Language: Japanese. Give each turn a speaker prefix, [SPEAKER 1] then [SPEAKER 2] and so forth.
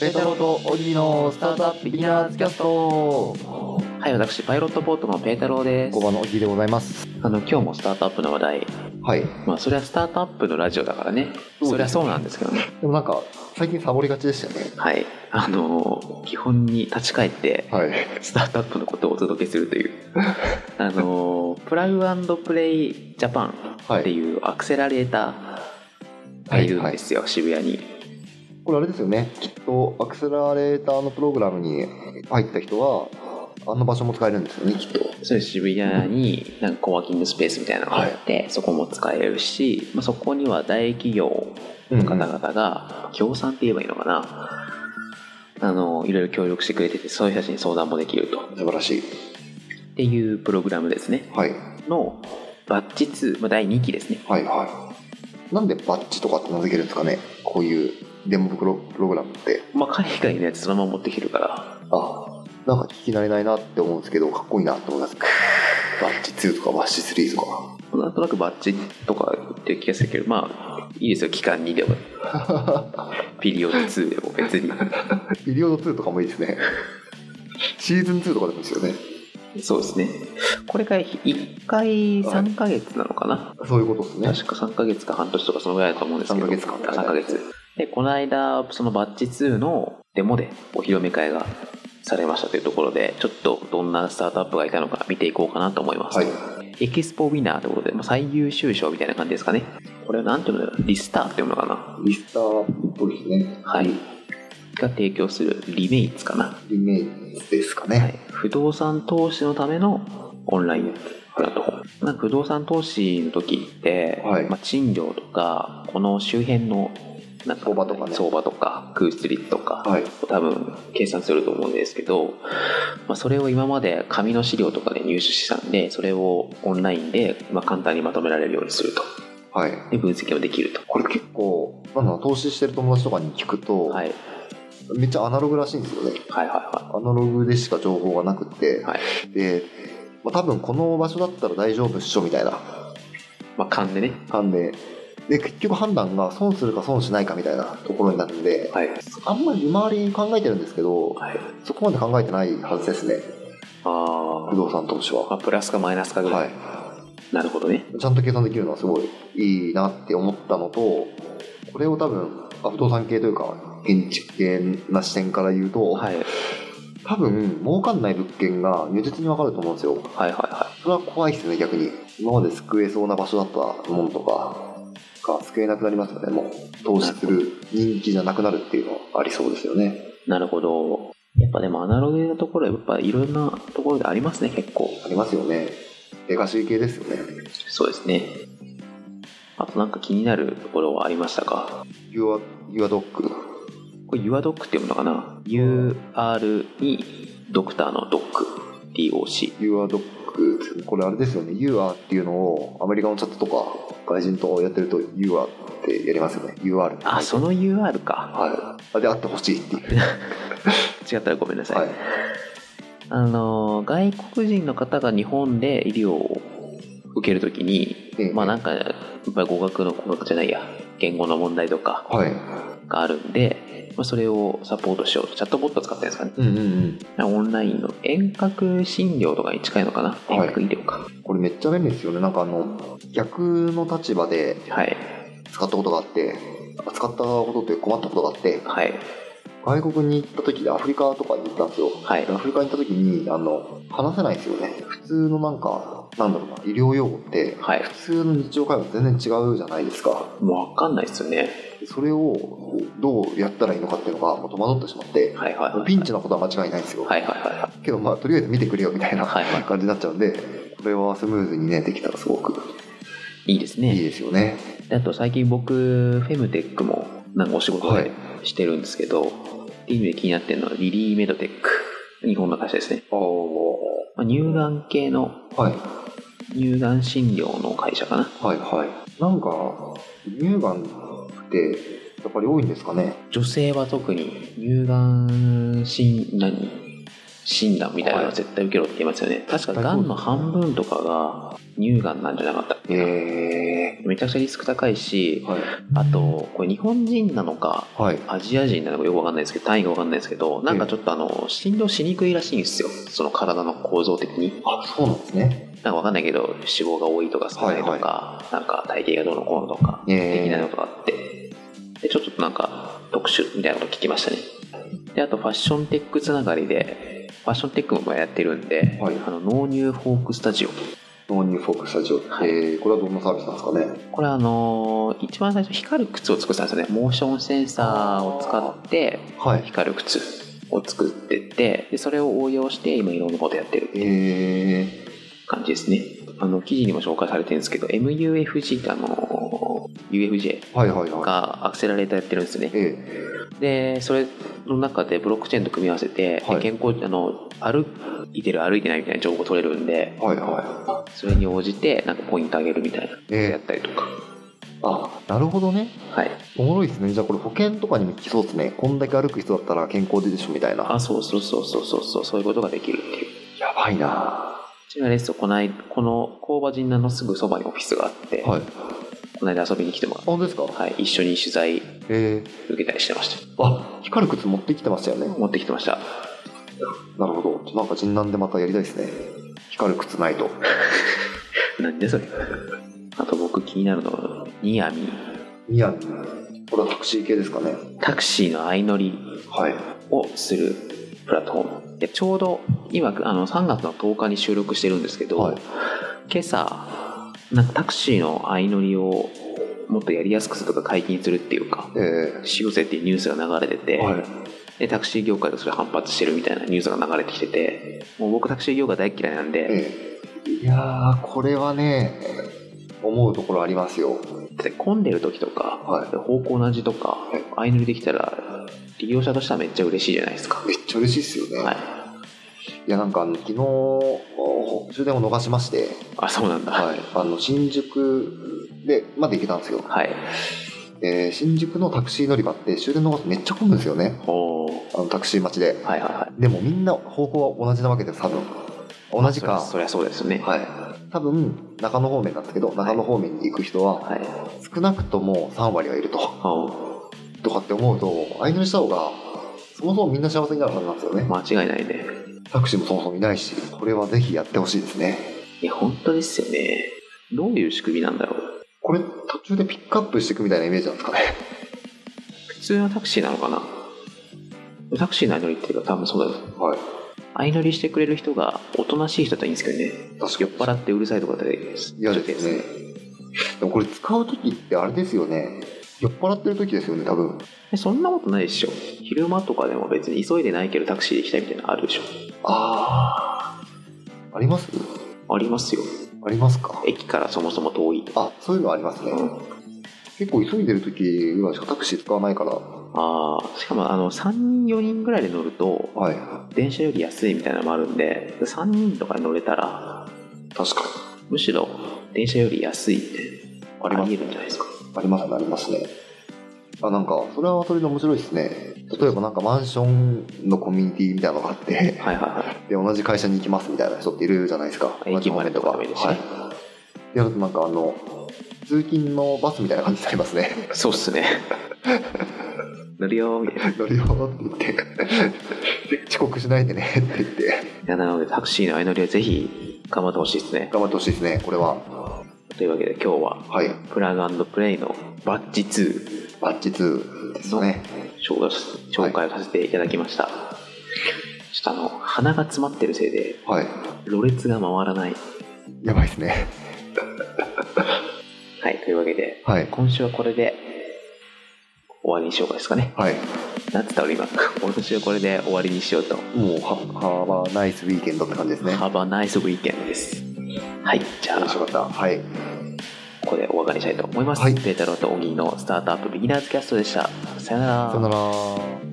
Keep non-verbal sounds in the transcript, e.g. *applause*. [SPEAKER 1] ペトロとオギのスタートアップビギナーズキャスト
[SPEAKER 2] はい、私、パイロットボートのペータローです
[SPEAKER 1] 5。番のオギでございます
[SPEAKER 2] あの、今日もスタートアップの話題。
[SPEAKER 1] はいで
[SPEAKER 2] まあ、それはスタートアップのラジオだからね。
[SPEAKER 1] そうですね
[SPEAKER 2] そりゃそうなんですけどね。
[SPEAKER 1] もなんか最近サボりがちでしたよね
[SPEAKER 2] はい。あのー基本に立ち返って、
[SPEAKER 1] はい
[SPEAKER 2] スタートアップのことをお届けする
[SPEAKER 1] *laughs*
[SPEAKER 2] という。あのープラグプレイジャパン
[SPEAKER 1] は
[SPEAKER 2] って
[SPEAKER 1] い
[SPEAKER 2] いうアクセラレーターがいるんですよ、渋谷に。
[SPEAKER 1] これあれですよねきっとアクセラレーターのプログラムに入った人はあの場所も使えるんですよねきっと
[SPEAKER 2] それ渋谷になんかコワーキングスペースみたいなのがあって、そこも使えるし、まあ、そこには大企業
[SPEAKER 1] う
[SPEAKER 2] の方々が協賛って言えばいいのかなあのいろいろ協力してくれててそういう人たちに相談もできるとっ
[SPEAKER 1] 素晴らしい
[SPEAKER 2] ていうプログラムですね
[SPEAKER 1] はい
[SPEAKER 2] のバッチ2、まあ、第2期ですね
[SPEAKER 1] はいはいなんでバッジとかって名付けるんですかねこういうデモプロプログラムって
[SPEAKER 2] まあ、海外のやつそのまま持ってきてるから
[SPEAKER 1] あなんか聞き慣れないなって思うんですけどかっこいいなって思いますバッジ2とかバッジ3とか
[SPEAKER 2] なんとなくバッチとかっていう気がするけどまあいいですよ期間2でもピリオド2でも別に
[SPEAKER 1] *laughs* ピリオド2とかもいいですね *laughs* シーズン2とかでもいいですよね
[SPEAKER 2] そうですねこれが1回3ヶ月なのかな、
[SPEAKER 1] そういうことですね
[SPEAKER 2] 確か3ヶ月か半年とかそのぐらいだと思うんですけど
[SPEAKER 1] 3ヶ月間
[SPEAKER 2] あ3ヶ月でこの間そのバッチ2のデモでお披露目会がされましたというところでちょっとどんなスタートアップがいたのか見ていこうかなと思います、
[SPEAKER 1] はい
[SPEAKER 2] エキスポウィナーということで、まあ、最優秀賞みたいな感じですかねこれはなんていうのリスターっていうのかな
[SPEAKER 1] ミスターっぽいですね
[SPEAKER 2] はいが提供するリメイツかな、
[SPEAKER 1] リメイクですかね、
[SPEAKER 2] はい、不動産投資のためのオンラインプラットフォームなんか不動産投資の時って、
[SPEAKER 1] はい
[SPEAKER 2] まあ、賃料とかこの周辺のなん
[SPEAKER 1] 相場とかね
[SPEAKER 2] 相場とか空室率とか、
[SPEAKER 1] はい
[SPEAKER 2] 多分計算すると思うんですけど、まあ、それを今まで紙の資料とかで入手してたんでそれをオンラインでまあ簡単にまとめられるようにすると
[SPEAKER 1] はい
[SPEAKER 2] で分析もできると
[SPEAKER 1] これ結構なんだろう投資してる友達とかに聞くと、
[SPEAKER 2] はい
[SPEAKER 1] めっちゃアナログらしいんですよね
[SPEAKER 2] はいは
[SPEAKER 1] アナログでしか情報がなくって、
[SPEAKER 2] いはいはい、
[SPEAKER 1] で、まあ、多分この場所だったら大丈夫っしょみたいな
[SPEAKER 2] まあ、勘でね
[SPEAKER 1] 判でで結局判断が損するか損しないかみたいなところになるんで、
[SPEAKER 2] はい
[SPEAKER 1] あんまり利回り考えてるんですけど、
[SPEAKER 2] はい
[SPEAKER 1] そこまで考えてないはずですね
[SPEAKER 2] あ
[SPEAKER 1] 不動産投資
[SPEAKER 2] あ、ま
[SPEAKER 1] は、
[SPEAKER 2] あ、プラスかマイナスかぐら、
[SPEAKER 1] はい
[SPEAKER 2] なるほどね
[SPEAKER 1] い、ちゃんと計算できるのはすごいいいなって思ったのとこれを多分あ不動産系というか建築系な視点から言うと、
[SPEAKER 2] はい
[SPEAKER 1] 多分儲かんない物件が如実に分かると思うんですよ
[SPEAKER 2] はいはいは
[SPEAKER 1] それは怖いですね逆に今まで救えそうな場所だったものとかが救えなくなりますよねもう投資する人気じゃなくなるっていうのはありそうですよね
[SPEAKER 2] い。なるほど。やっぱでもアナログなところはやっぱいろんなところでありますね、結構。
[SPEAKER 1] ありますよねレガシー系ですよね
[SPEAKER 2] そうですね。あとなんか気になるところはありましたか
[SPEAKER 1] Your, Your Dog
[SPEAKER 2] これ YourDoc って読むのかな ?UR にドクターのドック DOC。
[SPEAKER 1] Your Dog ですよねこれあれですよね You are っていうのをアメリカのチャットとか外人とやってると You are ってやりますよね UR って
[SPEAKER 2] あ、その UR か。
[SPEAKER 1] はいあであってほしいっていう
[SPEAKER 2] 違ったらごめんなさ
[SPEAKER 1] は
[SPEAKER 2] い。
[SPEAKER 1] い
[SPEAKER 2] あの、外国人の方が日本で医療を受けるときに、
[SPEAKER 1] ええ
[SPEAKER 2] まあなんか、やっぱり語学の語学じゃないや、言語の問題とか、
[SPEAKER 1] はい
[SPEAKER 2] があるんで、まあ、それをサポートしようとチャットボットを使ってるんですかね
[SPEAKER 1] うんうんうん
[SPEAKER 2] オンラインの遠隔診療とかに近いのかな
[SPEAKER 1] はい
[SPEAKER 2] 遠隔医療か
[SPEAKER 1] これめっちゃ便利ですよねなんかあの逆の立場で
[SPEAKER 2] はい
[SPEAKER 1] 使ったことがあってあ使ったことって困ったことがあって
[SPEAKER 2] はい
[SPEAKER 1] 外国に行った時でアフリカとかに行ったんですよ
[SPEAKER 2] はい
[SPEAKER 1] アフリカに行った時にあの話せないんですよね普通のなんかなんだろうな医療用語って
[SPEAKER 2] はい
[SPEAKER 1] 普通の日常会話と全然違うじゃないですか
[SPEAKER 2] もう分かんないですよね
[SPEAKER 1] それをどうやったらいいのかっていうのがもう戸惑ってしまって
[SPEAKER 2] はいはいはい
[SPEAKER 1] ピンチなことは間違いないんですよ、
[SPEAKER 2] はいはいはいはい
[SPEAKER 1] けどまあとりあえず見てくれよみたいな
[SPEAKER 2] はいはい
[SPEAKER 1] 感じになっちゃうんでこれはスムーズにねできたらすごく
[SPEAKER 2] いいです
[SPEAKER 1] いい
[SPEAKER 2] ね
[SPEAKER 1] ですよね
[SPEAKER 2] であと最近僕フェムテックもなんかお仕事
[SPEAKER 1] は
[SPEAKER 2] で
[SPEAKER 1] い
[SPEAKER 2] してるんですけど、っていう意味で気になってるのはリリーメドテック日本の会社ですね、
[SPEAKER 1] お
[SPEAKER 2] まあ、乳がん系の
[SPEAKER 1] はい
[SPEAKER 2] 乳がん診療の会社かな
[SPEAKER 1] はいはいなんか乳がんってやっぱり多いんですかね
[SPEAKER 2] 女性は特に乳がん診何診断みたいなのは絶対受けろって言いますよね、確かがんの半分とかが乳がんなんじゃなかったっけな
[SPEAKER 1] え
[SPEAKER 2] めちゃくちゃリスク高いし
[SPEAKER 1] ー、はい。
[SPEAKER 2] あとこれ日本人なのか
[SPEAKER 1] はい。
[SPEAKER 2] アジア人なのかよくわかんないですけど単位がわかんないですけどなんかちょっとあの振動しにくいらしいんですよその体の構造的に
[SPEAKER 1] あ、そうなんですね。
[SPEAKER 2] なんかわかんないけど脂肪が多いとか少ないとか、
[SPEAKER 1] はい
[SPEAKER 2] なんか体型がどうのこうのとか
[SPEAKER 1] え
[SPEAKER 2] できないの
[SPEAKER 1] ー、
[SPEAKER 2] とかあってでちょっとなんか特殊みたいなこと聞きましたねであとファッションテックつながりでファッションテックもやってるんで、
[SPEAKER 1] はい
[SPEAKER 2] あの納入フォークスタジオ
[SPEAKER 1] ノーニューフォークスタジオ。
[SPEAKER 2] はい
[SPEAKER 1] えー、これはどんなサービスなんですかね。
[SPEAKER 2] これあのー一番最初光る靴を作ってたんですよねモーションセンサーを使って
[SPEAKER 1] はい。
[SPEAKER 2] 光る靴を作っててでそれを応用して今いろんなことやってる
[SPEAKER 1] えー、
[SPEAKER 2] 感じですねあの記事にも紹介されてるんですけど MUFG ってあのー UFJ
[SPEAKER 1] はいはいはい。
[SPEAKER 2] がアクセラレーターやってるんですよね
[SPEAKER 1] え
[SPEAKER 2] でそれの中でブロックチェーンと組み合わせて、
[SPEAKER 1] はい
[SPEAKER 2] 健康あの歩いてる歩いてないみたいな情報取れるんで
[SPEAKER 1] ー、はいは。
[SPEAKER 2] それに応じてなんかポイントあげるみたいない
[SPEAKER 1] え
[SPEAKER 2] やったりとか
[SPEAKER 1] ー、あ、なるほどね。
[SPEAKER 2] はい
[SPEAKER 1] おもろいですね。じゃあこれ保険とかにも効きそうですね。こんだけ歩く人だったら健康ででしょみたいな。
[SPEAKER 2] あそうそうそうそうそうそうそういうことができるっていう
[SPEAKER 1] やばいな
[SPEAKER 2] うちのレストこないこの工場陣南のすぐそばにオフィスがあって、
[SPEAKER 1] はい。
[SPEAKER 2] この間遊びに来てもらって、
[SPEAKER 1] 本当ですか
[SPEAKER 2] はい、一緒に取材
[SPEAKER 1] え
[SPEAKER 2] 受けたりしてまし
[SPEAKER 1] ー、あ、光る靴持ってきてましたよね
[SPEAKER 2] た。持ってきてました
[SPEAKER 1] なるほど。なんか人南でまたやりたいですね。光る靴ないと。
[SPEAKER 2] なんでそれあと僕気になるのはニアミ
[SPEAKER 1] ニアン。これはタクシー系ですかね。
[SPEAKER 2] タクシーの相乗り
[SPEAKER 1] はい。
[SPEAKER 2] をするプラットフォームでちょうど今あの3月の10日に収録してるんですけど、
[SPEAKER 1] はい
[SPEAKER 2] 今朝なんかタクシーの相乗りをもっとやりやすくするとか解禁するっていうか
[SPEAKER 1] え
[SPEAKER 2] しようぜっていうニュースが流れてて、
[SPEAKER 1] ー、はい。
[SPEAKER 2] でタクシー業界がそれ反発してるみたいなニュースが流れてきててもう僕タクシー業界大嫌いなんで、
[SPEAKER 1] えー、いやー、これはね、思うところありますよ。
[SPEAKER 2] で混んでる時とか、
[SPEAKER 1] はい
[SPEAKER 2] 方向同じとか相乗りできたら利用者としてはめっちゃ嬉しいじゃないですか、
[SPEAKER 1] めっちゃ嬉しいですよね。
[SPEAKER 2] はい、
[SPEAKER 1] いや、なんかあの、昨日、お終電を逃しまして、
[SPEAKER 2] あそうなんだ
[SPEAKER 1] はい。あの、新宿で、まで行けたんですよ。
[SPEAKER 2] はい、
[SPEAKER 1] えー新宿のタクシー乗り場って終電逃すとめっちゃ混むんですよね。
[SPEAKER 2] ほう
[SPEAKER 1] あの、タクシー待ちで。
[SPEAKER 2] はいはいはい
[SPEAKER 1] でもみんな方向は同じなわけです、多分。同じか。
[SPEAKER 2] そりゃそうですよね
[SPEAKER 1] はい。多分、中野方面なんですけど、中野方面に行く人は、
[SPEAKER 2] はい
[SPEAKER 1] 少なくとも3割はいると。 *laughs*
[SPEAKER 2] あ
[SPEAKER 1] とかって思うと、相乗りした方が、そもそもみんな幸せになるはずなんですよね。
[SPEAKER 2] 間違いないね
[SPEAKER 1] タクシーもそもそもいないし、これはぜひやってほしいですね。
[SPEAKER 2] いや本当ですよねどういう仕組みなんだろう
[SPEAKER 1] これ、途中でピックアップしていくみたいなイメージなんですかね。
[SPEAKER 2] 普通のタクシーなのかなタクシーの相乗りっていうか多分そうだよ
[SPEAKER 1] はい。
[SPEAKER 2] 相乗りしてくれる人がおとなしい人だったらいいんですけどね
[SPEAKER 1] 確か
[SPEAKER 2] 酔っ
[SPEAKER 1] に。
[SPEAKER 2] 払ってうるさいとかだったら
[SPEAKER 1] 嫌ですね。でもこれ使う時ってあれですよね。酔っ払ってる時ですよね、多分。
[SPEAKER 2] えそんなことないでしょ昼間とかでも別に急いでないけどタクシーで行きたいみたいなのあるでしょ
[SPEAKER 1] ああ。あります
[SPEAKER 2] ありますよ
[SPEAKER 1] ありますか
[SPEAKER 2] 駅からそもそも遠いとか
[SPEAKER 1] あ、そういうのありますね。
[SPEAKER 2] うん
[SPEAKER 1] 結構急いでる時ぐらいしかタクシー使わないから。
[SPEAKER 2] ああしかもあの3人4人ぐらいで乗ると
[SPEAKER 1] はい。
[SPEAKER 2] 電車より安いみたいなのもあるんで3人とかに乗れたら
[SPEAKER 1] 確か
[SPEAKER 2] むしろ電車より安いって
[SPEAKER 1] あ
[SPEAKER 2] あ
[SPEAKER 1] り
[SPEAKER 2] り
[SPEAKER 1] ます
[SPEAKER 2] えるんじゃないですか
[SPEAKER 1] に。ありますね、ありますね。あ、なんか、それはそれで面白いですね。例えばなんかマンションのコミュニティみたいなのがあって、
[SPEAKER 2] はいはいはい
[SPEAKER 1] で、同じ会社に行きますみたいな人っているじゃないですか。
[SPEAKER 2] 駅までとかでもいいですしね
[SPEAKER 1] はい。で、あとなんかあの、通勤のバスみたいな感じになりますね。 *laughs*
[SPEAKER 2] そうっすね *laughs* 乗るよーみたいない
[SPEAKER 1] 乗るよって言って遅刻しないでねって *laughs* 言って
[SPEAKER 2] やなのでタクシーの相乗りはぜひ頑張ってほしいですね
[SPEAKER 1] 頑張ってほしいですねこれは
[SPEAKER 2] というわけで今日は
[SPEAKER 1] はい
[SPEAKER 2] プラグプレイのバッジ2
[SPEAKER 1] バッチ2ですね
[SPEAKER 2] 紹介紹介をさせていただきました、ちょっとあの鼻が詰まってるせいで
[SPEAKER 1] はい
[SPEAKER 2] ろれつが回らない
[SPEAKER 1] やばいですね
[SPEAKER 2] はいというわけで
[SPEAKER 1] はい
[SPEAKER 2] 今週はこれで終わりにしようかですかね
[SPEAKER 1] はい
[SPEAKER 2] なってた俺今今週はこれで終わりにしようと
[SPEAKER 1] もうはハーバーナイスウィーケンドって感じですね
[SPEAKER 2] ハバナイスウィーケンドですはいじゃあ
[SPEAKER 1] 面白かったはい
[SPEAKER 2] ここでお別れしたいと思います、
[SPEAKER 1] はい
[SPEAKER 2] ペータローとオギーのスタートアップビギナーズキャストでしたさよな
[SPEAKER 1] さよなら